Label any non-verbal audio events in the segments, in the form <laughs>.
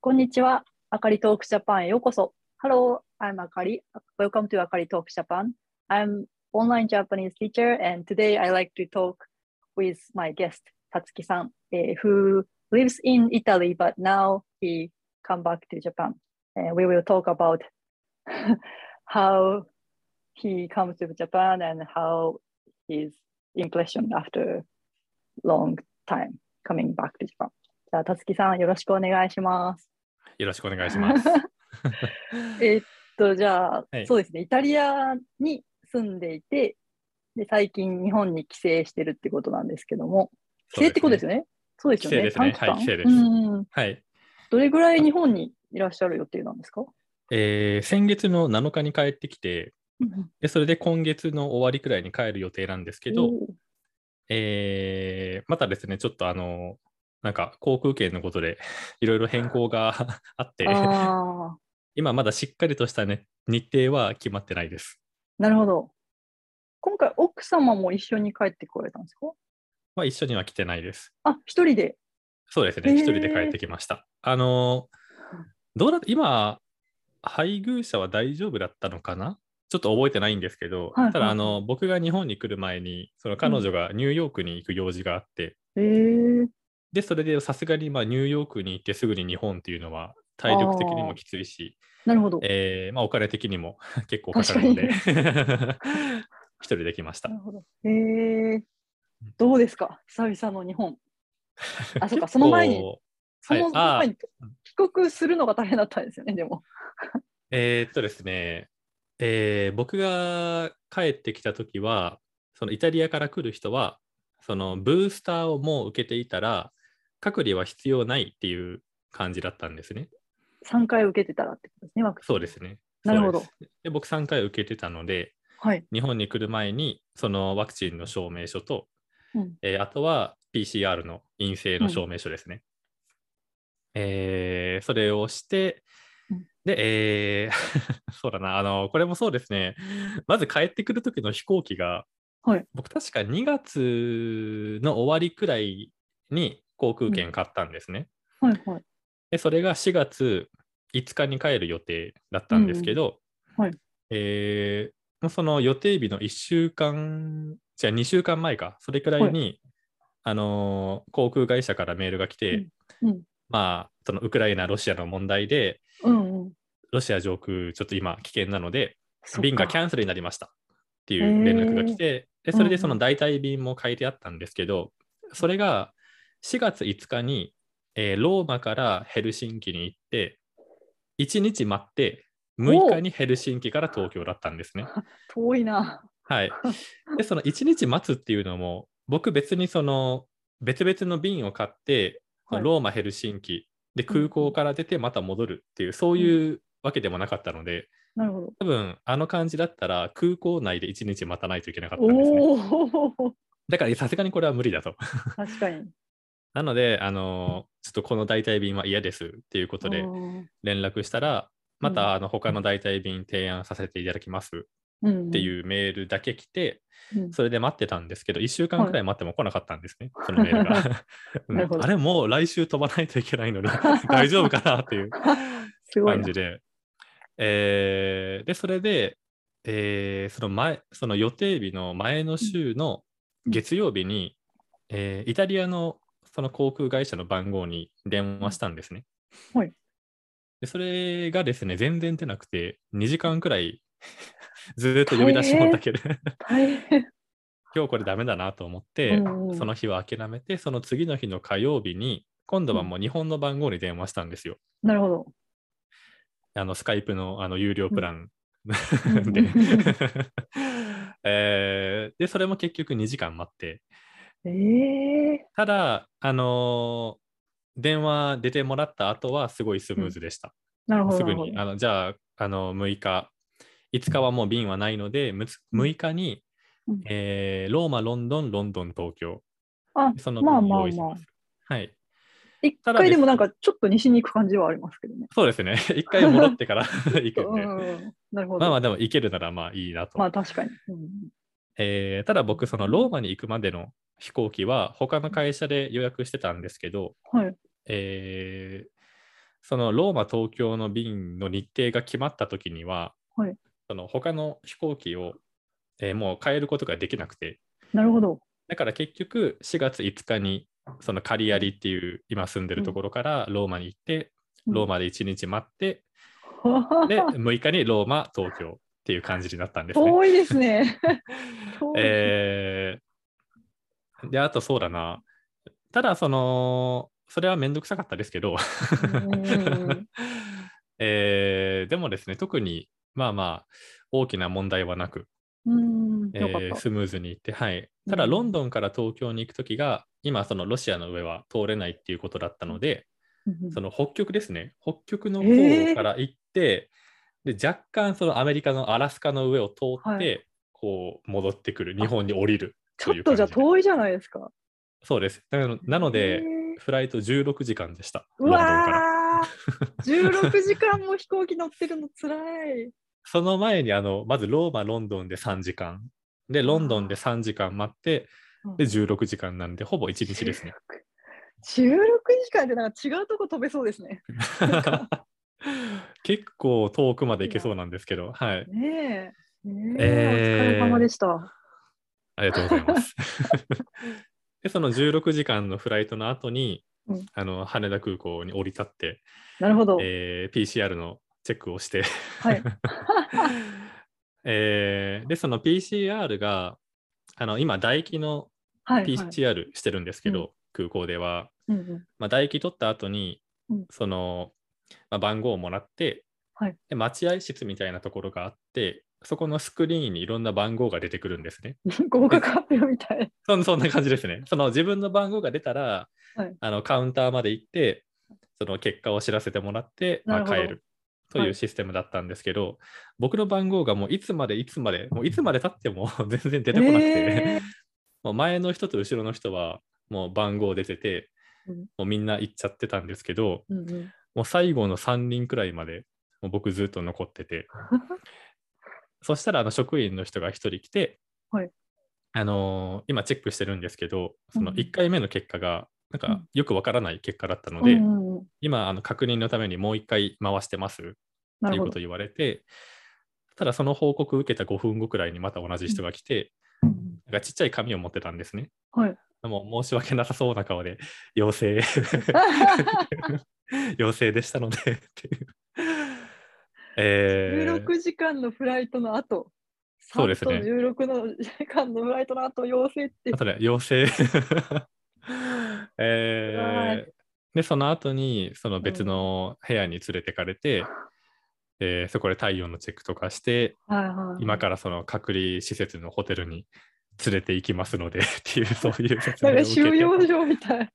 こんにちは。あかりトークジャパンへようこそ。Hello, I'm Akari. Welcome to Akari Talk Japan. I'm online Japanese teacher and today I like to talk with my guest, Tatsuki san, eh, who lives in Italy but now he come back to Japan. And we will talk about <laughs> how he comes to Japan and how his impression after long time coming back to Japan. じゃあ、たつきさん、よろしくお願いします。よろしくお願い <laughs> します。えっと、じゃあ、はいそうですね、イタリアに住んでいて、で最近、日本に帰省してるってことなんですけども、帰省ってことですね。よね。そうですよね。帰省短ですね期間はい帰省ですうんはい。どれぐらい日本にいらっしゃる予定なんですか、えー先月の7日に帰ってきて、うん、でそれで今月の終わりくらいに帰る予定なんですけど、えーまたですね、ちょっとあの、なんか航空券のことで <laughs> いろいろ変更が <laughs> あって、ああ、今まだしっかりとした、ね、日程は決まってないです。なるほど。今回、奥様も一緒に帰ってこられたんですかまあ、一緒には来てないです。あ、一人で。そうですね、へー一人で帰ってきました。あの、どうだ今、配偶者は大丈夫だったのかなちょっと覚えてないんですけど、はいはいただあの、僕が日本に来る前に、その彼女がニューヨークに行く用事があって、えー、で、それでさすがにまあニューヨークに行ってすぐに日本っていうのは、体力的にもきついし、なるほど。えーまあ、お金的にも <laughs> 結構かかるので、 <laughs> 一人で来ましたな。るほど。えー、どうですか久々の日本。あ、そうか、 <laughs> 結構その前に、そはいのそのあー前に帰国するのが大変だったんですよね、でも。えーっとですね、えー僕が帰ってきたときは、そのイタリアから来る人は、そのブースターをもう受けていたら、隔離は必要ないっていう感じだったんですね。 3回受けてたらってことですね、ワクチン。そうですね。なるほどそうですで僕3回受けてたので、はい。日本に来る前に、そのワクチンの証明書と、うんえーあとは PCR の陰性の証明書ですね。えーそれをしてうん、で、えー <laughs> そうだな、あの、これもそうですね、まず帰ってくる時の飛行機が、はい僕確か2月の終わりくらいに航空券買ったんですね。はいはい。でそれが4月5日に帰る予定だったんですけど、うんはいえーその予定日の1週間、じゃあ2週間前か、それくらいに、あのー航空会社からメールが来て、うんうんまあ、そのウクライナ、ロシアの問題で、うんうん。ロシア上空、ちょっと今、危険なので、そっか便がキャンセルになりましたっていう連絡が来て、でそれでその代替便も書いてあったんですけど、それが4月5日に、えーローマからヘルシンキに行って、1日待って、6日にヘルシンキから東京だったんですね。遠いな。はい、で、その1日待つっていうのも、僕、別にその別々の便を買って、はいローマ、ヘルシンキで空港から出てまた戻るっていう、そういうわけでもなかったので、なるほど。多分あの感じだったら空港内で1日待たないといけなかったんですね。おおー、 <laughs> だからさすがにこれは無理だと。確かに。なので、あのちょっとこの代替便は嫌ですっていうことでうん連絡したら、まうんたあの他の代替便提案させていただきますっうん、てういうメールだけ来て、ん。うんそれで待ってたんですけど、1週間くらい待っても来なかったんですね、そのメールが。 <laughs> <laughs> うなるほんどあれ、もう来週飛ばないといけない <laughs> のに大丈夫かなっていう。すごい感なじ。で、えーで、それで、えーその前、その予定日の前の週のうん月曜日に、えーイタリアのその航空会社の番号に電話したんですね。うんはいでそれがですね、全然出なくて、2時間くらい <laughs> ずーっと呼び出しもだけで、大変。 <laughs> 今日これダメだなと思って、うんうんその日は諦めて、その次の日の火曜日に、今度はもう日本の番号に電話したんですよ。なるほど。あのスカイプのあの有料プランんう <laughs> でんうんうん、えーで、それも結局2時間待って、ええただ、あのー電話出てもらった後はすごいスムーズでした。なるほど。すなぐるほどに、あのじゃあ、あの6日、5日はもう便はないので、むつうん6日に、うんえーローマ、ロンドン、ロンドン、東京、あそのまあ便まあ用意しまあます。。はい、一ただで回すでもなんかちょっと西に行く感じはありますけどね。そうですね、 <laughs> 一回戻ってから <laughs> 行くんうで、ん、なるほど。まあまあ、でも行けるならまあいいなと。まあ確かに。うんえーただ僕、そのローマに行くまでの飛行機は他の会社で予約してたんですけど、はい。えーそのローマ、東京の便の日程が決まった時には、はいその他の飛行機を、えーもう変えることができなくて、なるほど。だから結局4月5日にそのカリアリっていう今住んでるところからローマに行って、うんローマで1日待って、で6日にローマ、東京っていう感じになったんですね。 <laughs> 遠いですね。遠いえーで、あとそうだな。ただ、その、それはめんどくさかったですけうど、ん <laughs> えーでもですね、特に、まあまあ、大きな問題はなく、 <laughs> うん、えよかっーた。スムーズにいって、はい。ただ、うんロンドンから東京に行くときが、今、そのロシアの上は通れないっていうことだったので、うんうんその北極ですね、北極の方から行って、で若干、そのアメリカのアラスカの上を通って、はいこう戻ってくる、日本に降りるちとょいっう感とじじでゃ遠いじゃないですか。そうです。なのなのえーで、フライト16時間でした。うロンドンからわ <laughs> ー、16時間も飛行機乗ってるのつらい。その前にあの、まずローマ、ロンドンで3時間。で、ロンドンで3時間待って、で、16時間なんで、ほぼ1日ですね。 16時間ってなんか違うとこ飛べそうですね。 <laughs> 結構遠くまで行けそうなんですけど、はい。ねえ。ねえお疲れー様でした。ありがとうございます。 <laughs> で、その16時間のフライトの後に、うんあの羽田空港に降り立って、なるほど。えー PCR のチェックをして、はい。えーで、その PCR が、あの今、唾液のはい、はい。 PCR してるんですけど、う空港では、うんうんまあ、唾液取った後に、うんその、まあ、番号をもらって、はいで待合室みたいなところがあって、そこのスクリーンにいろんな番号が出てくるんですね。合格発表みたい。そんそんな感じですね。その自分の番号が出たら、はいあのカウンターまで行って、その結果を知らせてもらって、まあ、なるほ帰どるといはういシステムだったんですけど、僕の番号がもういつまでいつまで、もういつまで経っても <laughs> 全然出てこなくて、えーもう前の人と後ろの人はもう番号出てて、うんもうみんな行っちゃってたんですけど、うんうんもう最後の3人くらいまで、もう僕ずっと残っ <laughs> てて。そしたら、あの職員の人が1人来て、はいあのー今チェックしてるんですけど、そのうん1回目の結果が、なうんかんよくわからない結果だったので、うんうんうん今、あの確認のためにもう1回回してますなっるていうほこどとを言われて、ただその報告を受けた5分後くらいにまた同じ人が来て、うんなんかちっちゃい紙を持ってたんですね。 <laughs> はい。もう申し訳なさそうな顔で、陽性、 <laughs> 陽性でしたので、っていう。えー16時間のフライトの後、そうですね3と16の時間のフライトの後、陽性ってあ。とね、陽性。 <laughs> えーで、その後に、その別の部屋に連れてかれて、えーそこで体温のチェックとかして、はいはい、今からその隔離施設のホテルに連れて行きますのでっていう、そういう説明 <laughs> なんかを受けて収容所みたい。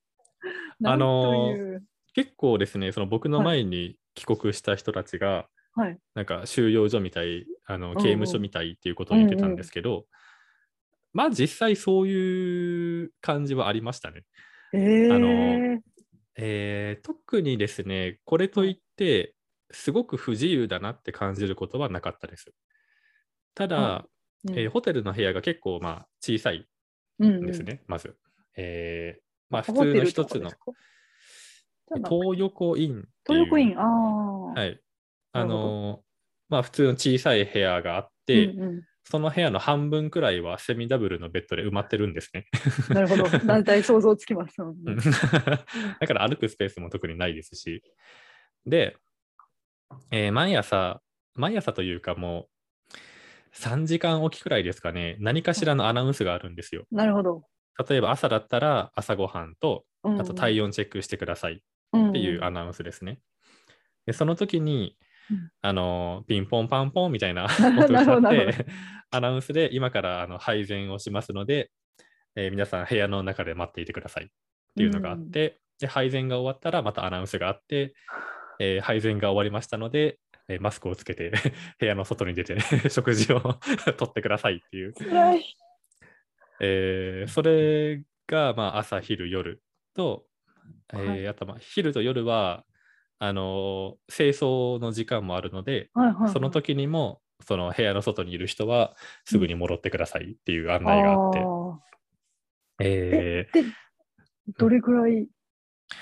あのーなんという結構ですね、その僕の前に帰国した人たちが、はい、なんか収容所みたい、あのん刑務所みたいっていうことを言ってたんですけど、まあ実際そういう感じはありましたね。えー、あのえー特にですね、これといって、すごく不自由だなって感じることはなかったです。ただ、はうんえーホテルの部屋が結構まあ小さいうんうんんですね、まず。えーまあ、普ホ通テのルと一かつでのすかじゃあなんか東横インっていう。東横イン、ああ。。はいい。あなるほのーまあ普通の小さい部屋があって、うんうんその部屋の半分くらいはセミダブルのベッドで埋まってるんで <laughs> すね。なるほ <laughs> ど。だいたい想像つきます。うんうんだから歩くスペースも特にないですし。で、えー毎朝、毎朝というかもう3時間おきくらいですかね、何かしらのアナウンスがあるんですよ。なるほど。例えば朝だったら朝ごはんと、うんあと体温チェックしてくださいっていうアナウンスですね。でその時にうん、あのピンポンパンポンみ <laughs> たいななるほ音どが鳴なっるて、アナウンスで今からあの配膳をしますので、えー皆さん部屋の中で待っていてくださいっていうのがあって、で配膳が終わったらまたアナウンスがあって、えー配膳が終わりましたので、えーマスクをつけて部屋の外に出て食事を <laughs> 取ってくださいっていう、うん辛い。えーそれがまあ朝昼夜と、えーはいあとまあ昼と夜はあのー清掃の時間もあるので、はいはいはい、その時にもその部屋の外にいる人はすぐに戻ってくださいっていう案内があって、あーえで、どれぐらい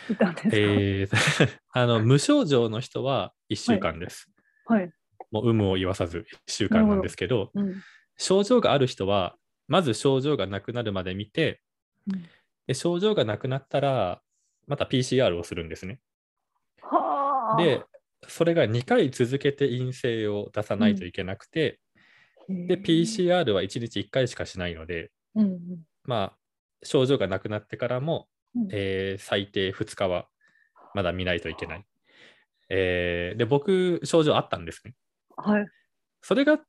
いたんですか、えー <laughs> あの無症状の人は1週間です。はい。もう有無を言わさず1週間なんですけど、うん。症状がある人は、まず症状がなくなるまで見て、うんで症状がなくなったら、また PCR をするんですね。はあ。で、それが2回続けて陰性を出さないといけなくて、で、PCR は1日1回しかしないので、うんうん。まあ、症状がなくなってからも、うんえー最低2日はまだ見ないといけない。えーで、僕、症状あったんですね。はい。それが、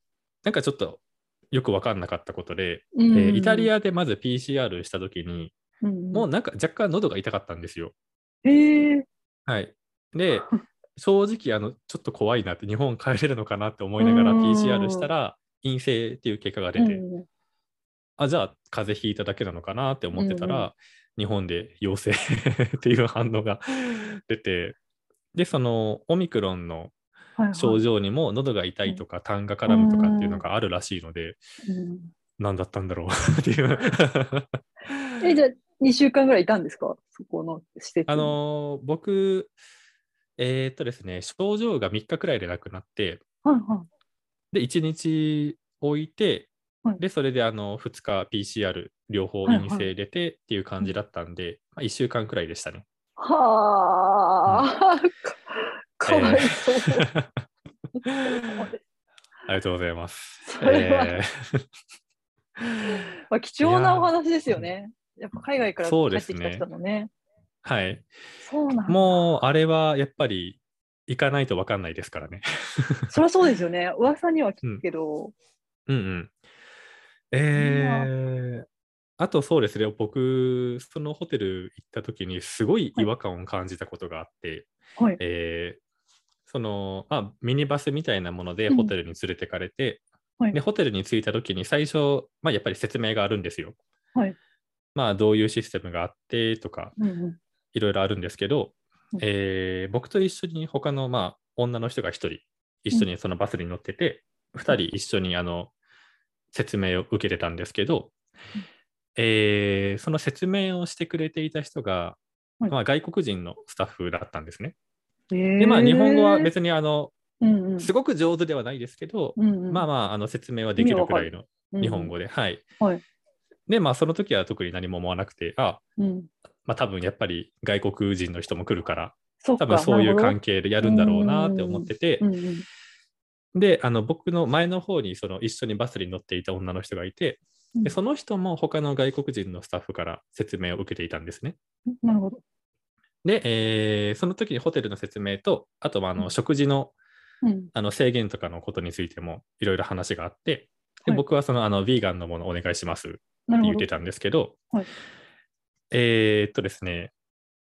なんかちょっとよく分かんなかったことで、うえんーイタリアでまず PCR したときに、うんもうなんか若干喉が痛かったんですよ。へえ。はい。で、正直、あの、ちょっと怖いなって、日本帰れるのかなって思いながらうん PCR したら、陰性っていう結果が出て、うんあ、じゃあ、風邪ひいただけなのかなって思ってたうんうら、日本で陽性 <laughs> っていう反応が出て、で、その、オミクロンのはいはい症状にも、喉が痛いとか、痰が絡むとかっていうのがあるらしいので、うん何だったんだろう <laughs> っていう。え、じゃあ、2週間ぐらいいたんですかそこの施設に。あのー僕、えーっとですね、症状が3日くらいでなくなって、はいはで、1日置いて、はいで、それであの2日 PCR 両方はいはい陰性出てっていう感じだったんで、まあ、1週間くらいでしたね。い。はあ、かかわいそう。ありがとうございます。それはえーまあ、貴重なお話ですよね。やっぱ海外からそう帰でっすてねきた人のね。はい。そうなんだもう、あれはやっぱり行かないと分かんないですからね。そりゃそうですよね。噂には聞くけど。うんうん。えー、あとそうですね、僕、そのホテル行った時に、すごい違和感を感じたことがあって、はい。えーその、まあ、ミニバスみたいなものでうんホテルに連れてかれて、はいでホテルに着いた時に最初、まあ、やっぱり説明があるんですよ。はいまあ、どういうシステムがあってとか、うんうんいろいろあるんですけどうん、えー僕と一緒に他の、まあ、女の人が1人、一緒にそのバスに乗ってて、2人一緒にあの説明を受けてたんですけどうん、えーその説明をしてくれていた人が、はいまあ、外国人のスタッフだったんですね。でで、まあ、日本語は別にあのうんうんすごく上手ではないですけど、まあまああの説明はできるくらいのあ日本語で、はい。はいで、まあ、その時は特に何も思わなくて、あうん、まあ、多分やっぱり外国人の人も来るから、そっ多か分そういうなる関係でやるんだろうなって思っててほ、どうんうんで、あの僕の前の方にその一緒にバスに乗っていた女の人がいて、うんでその人も他の外国人のスタッフから説明を受けていたんですね。なるほど。で、えーその時にホテルの説明と、あとはあうんの食事のうんあの制限とかのことについてもいろいろ話があって、ではい僕はそのあのビーガンのものお願いしますってなるほ言っどて。たんですけど、はいえーっとですね、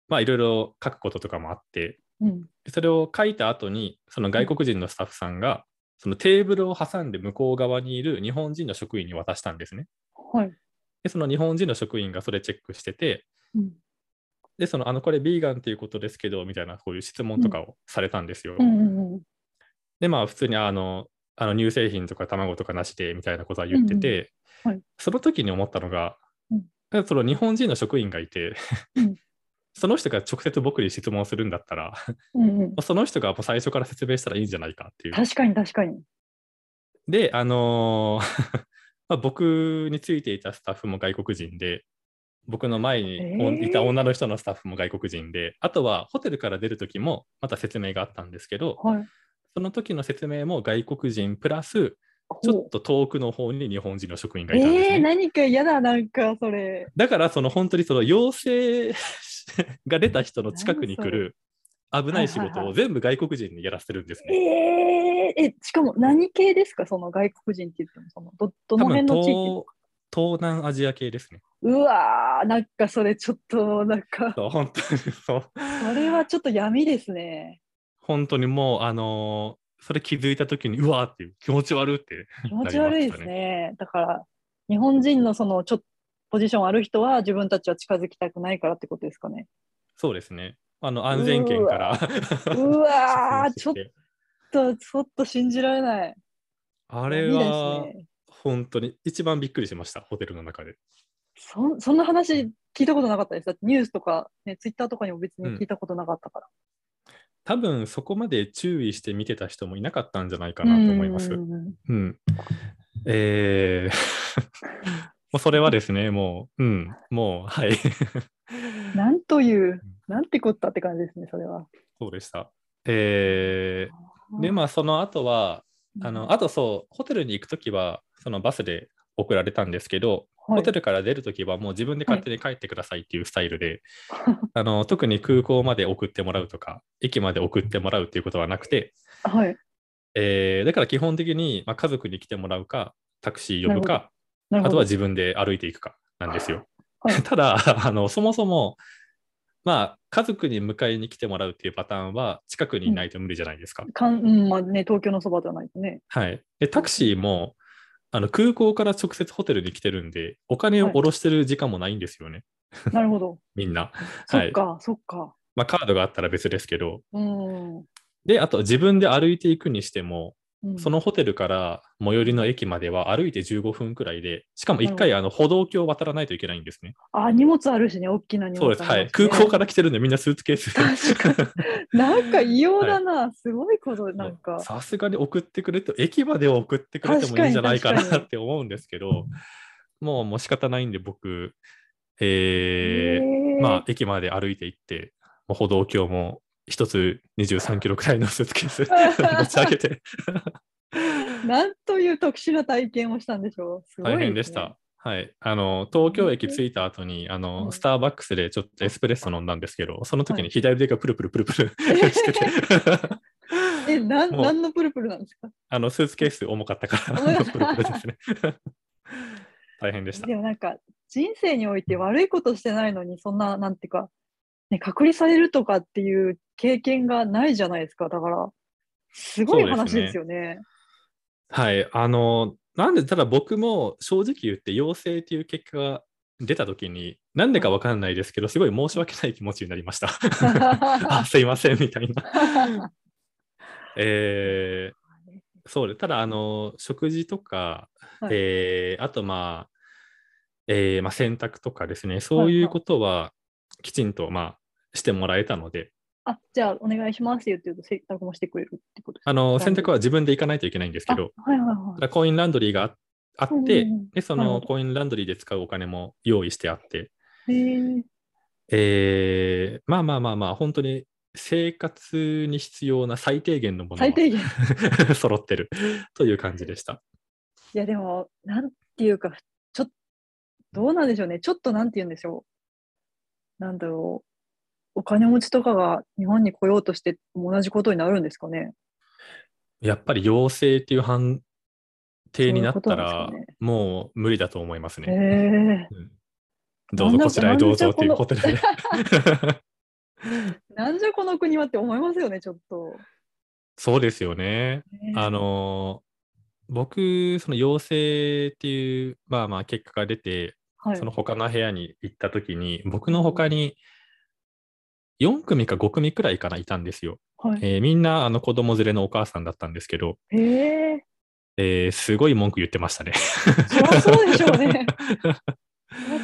まあいろいろ書くこととかもあって、うんそれを書いた後に、その外国人のスタッフさんが、そのテーブルを挟んで向こう側にいる日本人の職員に渡したんですね。はい。で、その日本人の職員がそれチェックしてて、うんで、その、あの、これビーガンっていうことですけど、みたいな、こういう質問とかをされたんですよ。うんうんうんで、まあ、普通にあの、あの乳製品とか卵とかなしでみたいなことは言ってて、うんうんはいその時に思ったのが、うんなんかその日本人の職員がいて、うん <laughs> その人が直接僕に質問するんだったら、うんうんその人がもう最初から説明したらいいんじゃないかっていう。確かに確かに。で、あのー <laughs> まあ、僕についていたスタッフも外国人で、僕の前におえーいた女の人のスタッフも外国人で、あとはホテルから出る時もまた説明があったんですけど、はい。その時の説明も外国人プラス、ちょっと遠くの方に日本人の職員がいたんです、えねえー、何か嫌だ、なんかそれ。だから、その本当にその陽性 <laughs> が出た人の近くに来る危ない仕はいはい事はを全部外国人にやらせてるんですええね。ー、え、しかも何系ですか、その外国人って言っても、そのどどの辺の地域多分東東南アジア系ですね。うわー、なんかそれちょっと、なんか、そう本当にそう。それはちょっと闇です <laughs> ね。本当にもう、あのーそれ気づいた時に、うわーっていう気持ち悪いって。気持ち悪いですね。だから、日本人のその、ちょっと、ポジションある人は自分たちは近づきたくないからってことですかね。そうですね。あの、安全圏から。 <laughs> うわー、説ちょ明っしててと、ちょっと信じられない。ああれは、ね、本当に一番びっくりしました、ホテルの中で。そんそんな話聞いたことなかったです。だってニュースとか、ね、ツイッターとかにも別に聞いたことなかったから。多分そこまで注意して見てた人もいなかったんじゃないかなと思います。ううんんえー <laughs> もうそれはですね、もう、うん、もう、はい。 <laughs> なんという、なんてこったって感じですね、それは。そうでした。えーで、まあ、その後は、あのあとそう、ホテルに行くときは、そのバスで送られたんですけど、はい、ホテルから出るときは、もう自分で勝手に帰ってくださいっていうスタイ <laughs> ルで、あの特に空港まで送ってもらうとか、駅まで送ってもらうっていうことはなくて、はい。えーだから基本的に、まあ、家族に来てもらうか、タクシー呼ぶなか、なるあほとど。は自分で歩いていくかなんですよ。はい <laughs> ただあの、そもそも、まあ、家族に迎えに来てもらうっていうパターンは近くにいないと無理じゃないですか。かんうんまあね、東京のそばではないと <laughs> ね。はい、でタクシーもあの空港から直接ホテルに来てるんで、お金を下ろしてる時間もないんですよね、なるほど。みんな。そはっいか、そっか。まあ、カードがあったら別ですけど、うん。であと自分で歩いていくにしても、うんそのホテルから最寄りの駅までは歩いて15分くらいで、しかも1回あの歩道橋を渡らないといけないんですね。あ、荷物あるしね、大きな荷そう物です、はありい。ますね、空港から来てるんで、みんなスーツケース。確かに。 <laughs> なんか異様だな、すごいこと、なんか。 <laughs> さすがに送ってくれて、駅までは送ってくれてもいいんじゃないか確かなにって思うんですけど、もうもう仕方ないんで、僕、えーまあ、駅まで歩いて行って、もう歩道橋も一つ23キロくらいのスーツケ <laughs> ース持ち上げて、あ、なんという特殊な体験をしたんでしょう。すごい大すね変でした。。はい、あの東京駅うん着いた後にあの、うんスターバックスでちょっとエスプレッソ飲んだんですけど、その時はに左手がプルプルプルプルして <laughs> て、 <laughs> え、なん、もうなんのプルプルなんですか。あのスーツケース重かったから、重かったプルプルですね。 <laughs> 大変でしたで。も、なんか、人生において悪いことしてないのに、そんな、なんていうか。ね、隔離されるとかっていう経験がないじゃないですか。だから。すごいそうで話すねですよね。はい、あの、なんで、ただ僕も正直言って陽性っていう結果が出た時に、なんでかわかんないですけど、すごい申し訳ない気持ちになりまし <laughs> た。<laughs> あ、すいません、みたいな。えーそうで、ただ、あの、食事とか、はいえーあと、まあ、えーまあ、洗濯とかですね、そういうことはきちんと、まあ、してもらえたので、あ、じゃあ、お願いしますって言うと、洗濯もしてくれるってことですかあの、洗濯は自分で行かないといけないんですけど、あはいはいはたい。だコインランドリーがああって、うんうんうんでそなるほのどコインランドリーで使うお金も用意してあって、へーえーまあまあまあまあ、本当に生活に必要な最低限のもの最低限。いが <laughs> 揃ってるという感じでした。や、でも、なんていうか、ちょっと、どうなんでしょうね。ちょっとなんて言うんでしょう。なんだろう。お金持ちとかが日本に来ようとして同じことになるんですかね。やっぱり陽性っていう判定になったら、そういうことなんですもう無理だと思いますね。えうんどうなぞんだこちらへどうぞっていうなんだこのホテ <laughs> ルで。えなんじゃこの国はって思いますよね、ちょっと。そうですよね。ねあ、のー僕、その陽性っていう、まあまあ結果が出て、はいその他の部屋に行った時に、僕の他に4組か5組くらいかないたんですよ。はい。えーみんなあの子供連れのお母さんだったんですけど、へええーすごい文句言ってましたね。そりゃそうでしょうね。そり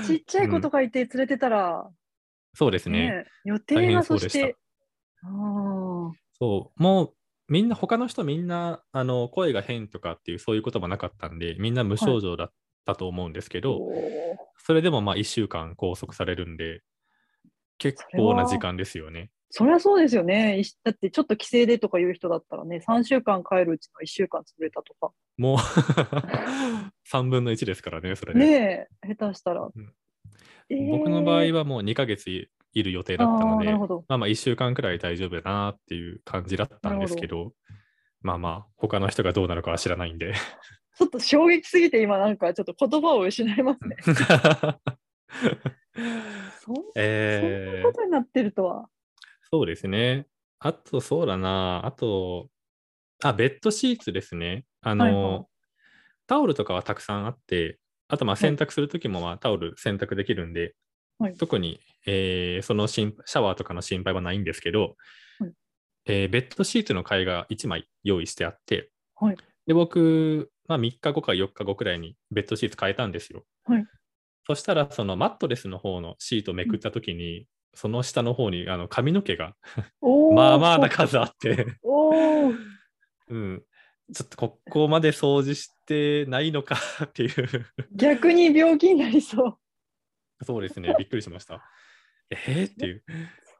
ゃちっちゃい子とかいて連れてたら、 <laughs> そうですね。ね、予大定変がそそうでししたて。ああ。そう、もうみんな、他の人みんな、あの声が変とかっていう、そういうこともなかったんで、みんな無症状だったと思うんですけど、おーそれでもまあ1週間拘束されるんで、結構な時間ですよね。そりゃそうですよね。いしだってちょっと帰省でとかいう人だったらね、3週間帰るうちの1週間潰れたとか。もう <laughs> 3分の1ですからね、それで。ねえ、下手したら。ん僕の場合はもう2ヶ月いいる予定だったあのあー、で、なるほど。まあまあ1週間くらい大丈夫だなっていう感じだったんですけど、まあまあ、他の人がどうなるかは知らない <laughs> んで。ちょっと衝撃すぎて今なんかちょっと言葉を失いますね。そんそんえなーこ、とになってるとは。そうですね。あと、そうだな。あと、あ、ベッドシーツですね。あの、はいはいタオルとかはたくさんあって、あと、まあ、い洗濯するときも、まあ、タオル洗濯できるんで、はい特に、えーその心シャワーとかの心配はないんですけど、はいえーベッドシーツの替えが1枚用意してあって、はいで、僕、まあ、3日後か4日後くらいにベッドシーツ変えたんですよ。はいそしたら、そのマットレスの方のシートめくったときに、その下の方にあの髪の毛がおーまあまあな数あって、おー <laughs> うん、ちょっとここまで掃除してないのか <laughs> っていう、逆に病気になりそう。そうですね、びっくりしました。えー、っていう、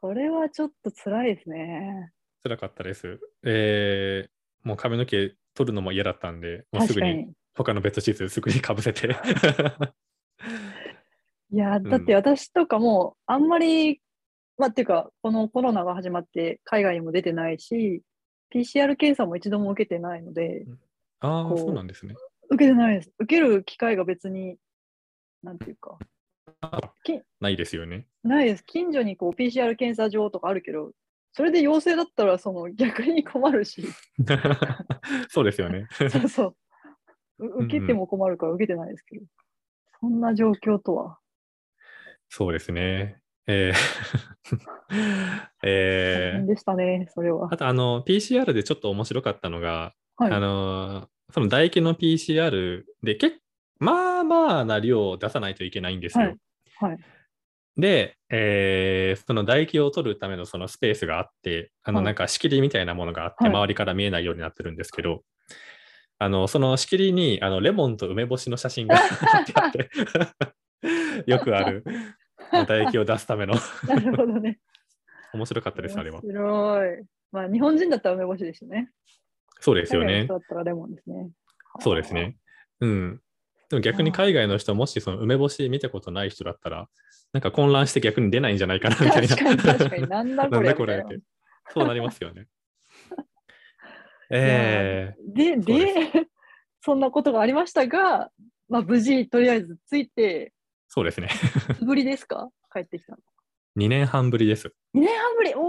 それはちょっと辛いですね。辛かったです。えーもう髪の毛取るのも嫌だったんで、もうす確ぐかにに。他のベッドシーツすぐにかぶ <laughs> せて。いや、だって私とかもうあんまり、まあっていうか、このコロナが始まって海外にも出てないし、PCR 検査も一度も受けてないので、あこあ、うそうなんですね。受けてないです。受ける機会が別に、なんていうか、ないですよね。 <laughs> ないです。近所にこう PCR 検査場とかあるけど、それで陽性だったらその逆に困る <laughs> し、そうですよね。そうそう。う受けても困るから受けてないですけど、そんな状況とは。そうですね。えー <laughs> 大えー変でしたね、それは <laughs> あ。とあの PCR でちょっと面白かったのが、はいあのーその唾液の PCR で結まあまあな量を出さないといけないんですよ。はいはいで、えーその唾液を取るためのそのスペースがあって、あのはいなんか仕切りみたいなものがあって、はい周りから見えないようになってるんですけど、あのその仕切りにあのレモンと梅干しの写真が <laughs> 貼ってあって、 <laughs> よくある唾液を出すための、なるほどね。面白かったです、あれは面。白い。まあ、日本人だったら梅干しでしたね。そうですよ海外の人。ねだったらレモンですね。そうですね。うん。でも逆に海外の人、もしその梅干し見たことない人だったら、なんか混乱して逆に出ないんじゃないかなあみたいー。な。確かに確か <laughs> に。なんだなこんれだみこたいれなって。そうなりま <laughs> すよね。えで、そうでで、そんなことがありましたが、まあ、無事、とりあえずついて、ーそうですね。いつぶりですか帰ってきたの。 2年半ぶりです。 2年半ぶりお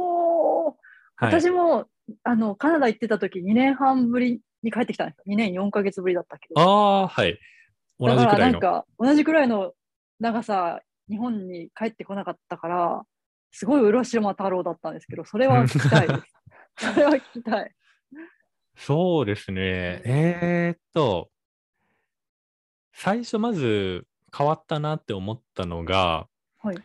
お、はい。私もあのカナダ行ってた時2年半ぶりに帰ってきたんですよ。2年4ヶ月ぶりだったけど。ああ、はい。同じだくかららいなんの。か同じくらいの長さ、日本に帰ってこなかったから、すごい浦島太郎だったんですけど、それは聞きたい <laughs> です。それは聞きたい。そうですね。えー、っと、最初まず変わったなって思ったのが、はい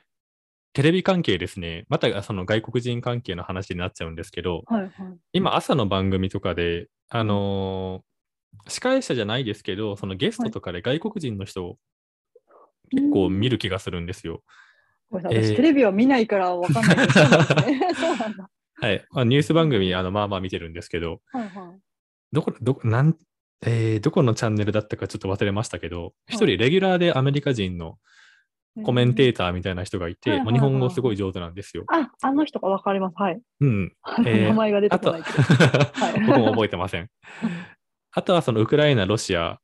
テレビ関係ですね。またその外国人関係の話になっちゃうんですけど、はいはい。今朝の番組とかで、あのー司会者じゃないですけど、そのゲストとかで外国人の人を結構見る気がするんですよ。ごめんなさい私、えーテレビは見ないからわかん <laughs> ないけど。そうなんですねそうなんだ。はい。まあ、ニュース番組、あの、まあまあ見てるんですけど、はいはい。どこ、どこ、なん、えーどこのチャンネルだったかちょっと忘れましたけど、一人レギュラーでアメリカ人のコメンテーターみたいな人がいはいて、はいまはあい日本語すごい上手なんですよ。あ、あの人がわかります。 <laughs> はい。うん。えー名前が出てあことないけど。い <laughs> 僕も覚えてません。あとはそのウクライナ、ロシア、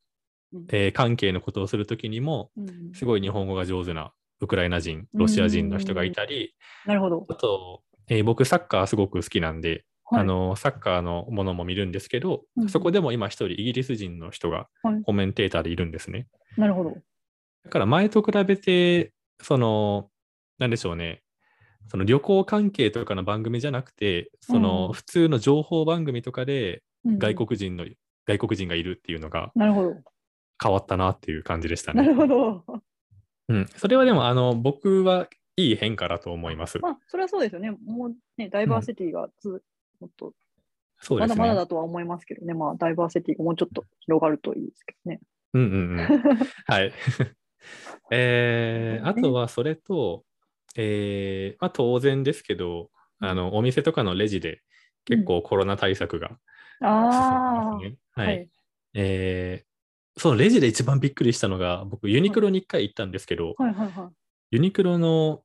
うんえー関係のことをするときにも、うんすごい日本語が上手なウクライナ人、ロシア人の人がいたり、なるほど。あと、えー僕、サッカーすごく好きなんで、はいあの、サッカーのものも見るんですけど、うんうんそこでも今一人イギリス人の人がはいコメンテーターでいるんですね。なるほど。だから前と比べて、その、なんでしょうね、その旅行関係とかの番組じゃなくて、そうんの普通の情報番組とかでうん外国人の、外国人がいるっていうのがなるほど。変わったなっていう感じでしたなね。るほど。うん、それはでもあの僕はいい変化だと思います。まあ、それはそうですよね。もうね、ダイバーシティがつ、もっと、そうでますだまね。だだとは思いますけどね。まあ、ダイバーシティがもうちょっと広がるといいですけどね。うんうん <laughs> うん。はい。 <laughs> えーあとはそれと、えーまあ、当然ですけどあの、お店とかのレジで結構コロナ対策が進んであまあ、すね。はい。えーそう、レジで一番びっくりしたのが、僕、ユニクロに一回行ったんですけど、はいはいはユニクロの、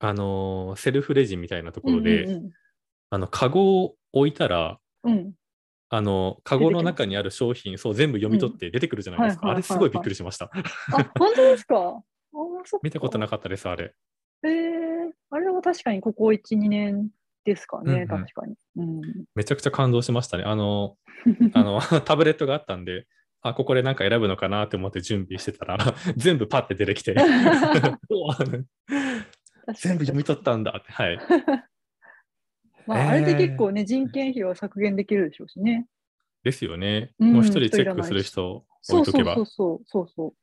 あのーセルフレジみたいなとこい。ろで、うんうんあの、カゴを置いたら、うん、うんあの、カゴの中にある商品、そう、全部読み取って出てくるじゃないですか。はあいはいれ、はいはすいごいびっくりしました。あ、本当ですかあそっか見たことななかったです、あれ。い。えー、あれは確かにここ1、2年ですかね、うんうん確かに。うん、めちゃくちゃ感動しましたね。あ <laughs> の、あのタブレットがあったんで、あ、ここでなんか選ぶのかなって思って準備してたら、 <laughs> 全部パッて出て <laughs> き <laughs> て、うわ全部読み取ったんだって。はい。 <laughs> まあ、えーあれで結構ね、人件費は削減できるでしょうしね。ですよね。うんもう一人チェックする人置そいうとそけうばそうそうそうそう。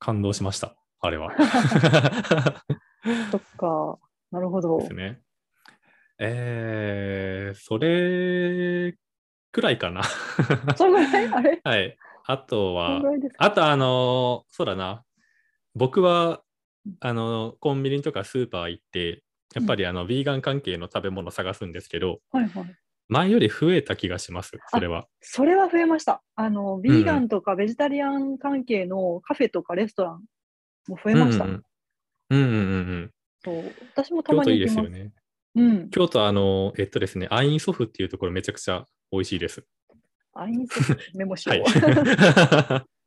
感動しました。<laughs> あれは。そっか。なるほど。ですね。えー、それくらいかな。それぐらいあれ <laughs> はい。あそとれはぐ、らいですかあとあのーそうだな。僕は、あのーコンビニとかスーパー行って、やっぱりあの、ヴィーガン関係の食べ物探すんですけど、はいはい。前より増えた気がします、それは。それは増えました。あの、ヴィーガンとかベジタリアン関係のカフェとかレストランも増えました。うんうんうんうんうん。そう私もた京ま都いにい行きですまよす。ね。うん。京都、あのー、えっとですね、アインソフっていうところめちゃくちゃ美味しいです。あいいですねメモしはよいう。 <laughs>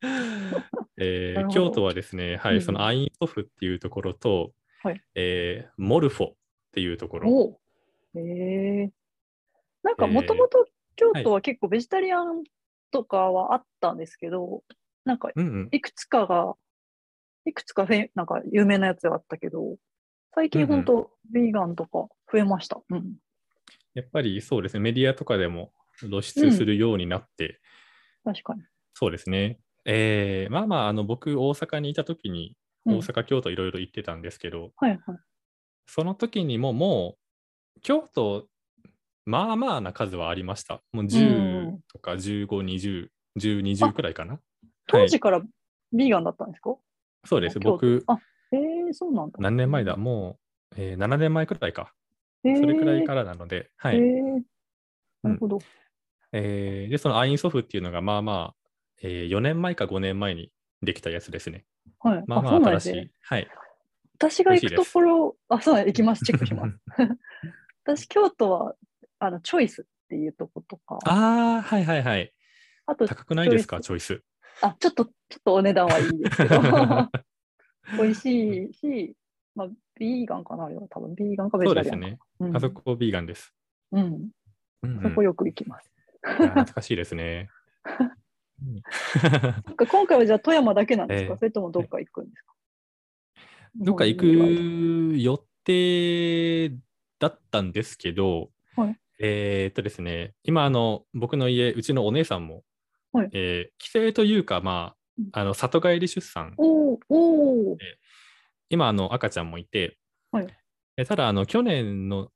えなるほどー京都はですね、はうい、んそのアインソフっていうところと、はいえーモルフォっていうところ、おええなんかもともと京都は結構ベジタリアンとかはあったんですけど、なんかうんうん、いくつかが、いくつかフェなんか有名なやつがあったけど、最近うんうほんんとヴィーガンとか増えました。うん。やっぱりそうですね、メディアとかでも露出するようになって、確かに。そうですね、えーまあまああの、僕、大阪にいた時に、うん大阪、京都いろいろ行ってたんですけど、はいはい。その時にももう、京都、まあまあな数はありました。もうう10んとか15、20、10、20くらいかな。当はい時からヴィーガンだったんですか、そうです、京都僕、あ、ええそうなんだ。何年前だもう、えー7年前くらいか。えーそれくらいからなので、はえい。ーなるほど。えーで、そのアインソフっていうのが、まあまあ、え4年前か5年前にできたやつですね。はい。まあまそあ、うなんで新しすねい。はい。私が行く美味しいでとすころ、あ、そうなん行きます。チェックします。私、京都は、あの、チョイスっていうとことか、あ <laughs> ああ、はいはいはい。と、高くないですか、チョイス。 <laughs> あ、ちょっと、ちょっとお値段はいいですけど、 <laughs> 美味しいし、まあ、ビーガンかな、あれは多分、ビーガンかベそジうタでリアすンか。ね。うんあそこビーガンです。うん、うんうんそこよく行きます。いや懐かしいですね。うん <laughs> なんか今回はじゃあ富山だけなんですか、ええそれともどっか行くんですか、どっか行く予定だったんですけど、はいえーっとですね、今あの、僕の家、うちのお姉さんも、はいえー帰省というか、まうんあ、あの里帰り出産、おーおー今あの、赤ちゃんもいて、はいえただあの、去年の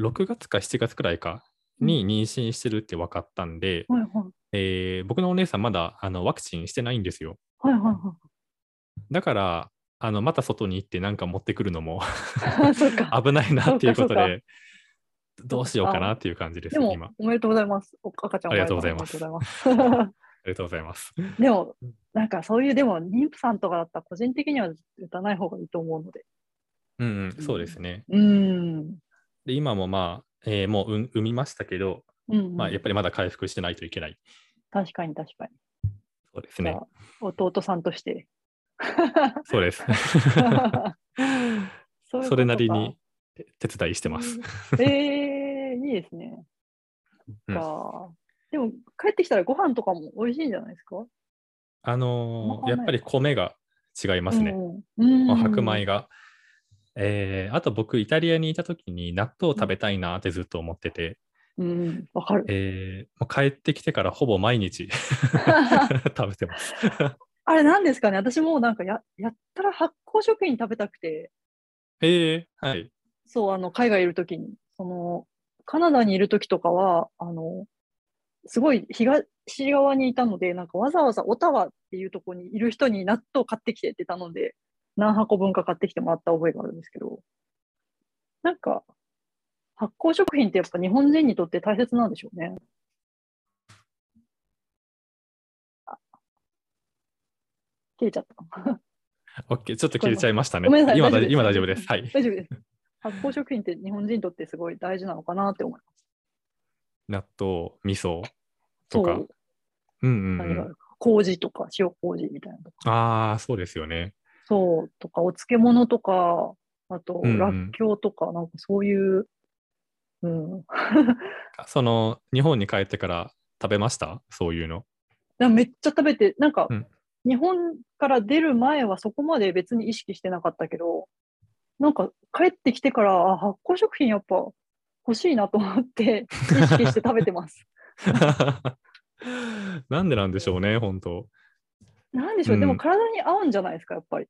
6月か7月くらいかに妊娠してるって分かったんで、はいはいえー僕のお姉さん、まだあのワクチンしてないんですよ。はいはいだから、あのまた外に行ってなんか持ってくる <laughs> のも <laughs> はい。あ、そうか。危ないなっていうことそうで、どうしようかなっていう感じです、でも今。あ、おめでとうございます。お赤ちゃんありがとうございますおめでとうございます。りがとうございます。でも、なんかそういう、でも、妊婦さんとかだったら、個人的には打たない方がいいと思うので。うん、うん、そうですね。うーん。で、今もまあ、えーもう産産みましたけど、うんうんまあ、やっぱりまだ回復してないといけない。確かに確かに。そうですじゃねあ。弟さんと <laughs> して。そうです。 <laughs> そういうことかそれなりに手手伝いしてます。。うんえー、いいですね。うんかでも、帰ってきたらご飯とかも美味しいんじゃないですかあのわかーんないやっぱり米が違いますね。うん。まうあん白米。が。えーあと僕、イタリアにいた時に納豆を食べたいなってずっと思ってて、うん、わかる。えーもう帰ってきてからほぼ毎日食べてます。 <laughs> あれなんですかね私もなんかややったら発酵食品食べたくて、えーはい。そう、あの、海外いるときに、その、カナダにいるときとかは、あの、すごい東側にいたので、なんかわざわざオタワっていうとこにいる人に納豆買ってきてって頼んで、何箱分か買ってきてもらった覚えがあるんですけど、なんか、発酵食品ってやっぱ日本人にとって大切なんでしょうね。あ切れちゃった。オッケー、ちょっと切れちゃいましたね。ごめんなさい今大大丈夫です今大丈夫です。はい。大丈夫 <laughs> です。発酵食品って日本人にとってすごい大事なのかなって思います。納豆、味噌とそかう。うんうんう何があん。るか麹とか塩麹みたいなとか、ああ、そうですよね。そう、とかお漬物とか、あと、うんうんらっきょうとか、なんかそういう、うん。その、日本に帰ってから食べましたそういうの。 <laughs> なんかめっちゃ食べて、なんか、うん日本から出る前はそこまで別に意識してなかったけど、なんか帰ってきてから、あ発酵食品やっぱ欲しいなと思って、意識して食べて <laughs> ます。なんでなんでしょうね、本当なんでしょう、でうもん体に合うんじゃないですか、やっぱり。っ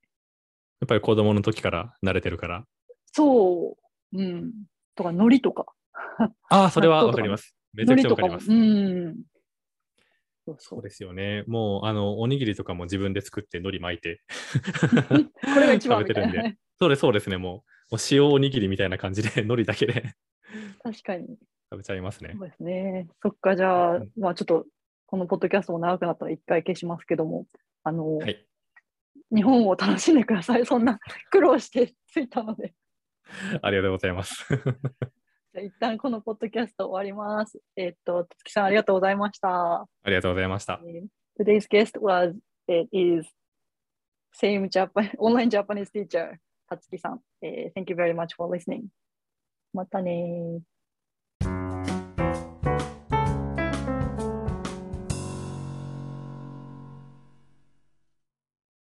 ぱり子供の時から慣れてるから。そう。うん。とか、海苔とか。ああ、それは納豆とかねわかります。めちゃ海く苔ちゃわとかかりも。ます。うん。そうそそうう。ですよね。もう、あの、おにぎりとかも自分で作って海苔巻いて。これが一番食みべたてるいんで。な。そうです、そうですね。もう、もう塩おにぎりみたいな感じで海苔だけで <laughs> 確かに。食べちゃいますねそ。うですね。そっか、じゃあうん、まあちょっと、このポッドキャストも長くなったら一回消しますけども、あの、はい。日本を楽しんでください。そんな苦労してついたので。ありがとうございます。じゃあ一旦このポッドキャスト終わります。えっと、つきさんありがとうございました。ありがとうございました。 Today's guest was, it is same Japan, online Japanese teacher, たつきさん。えー thank you very much for listening. またねー。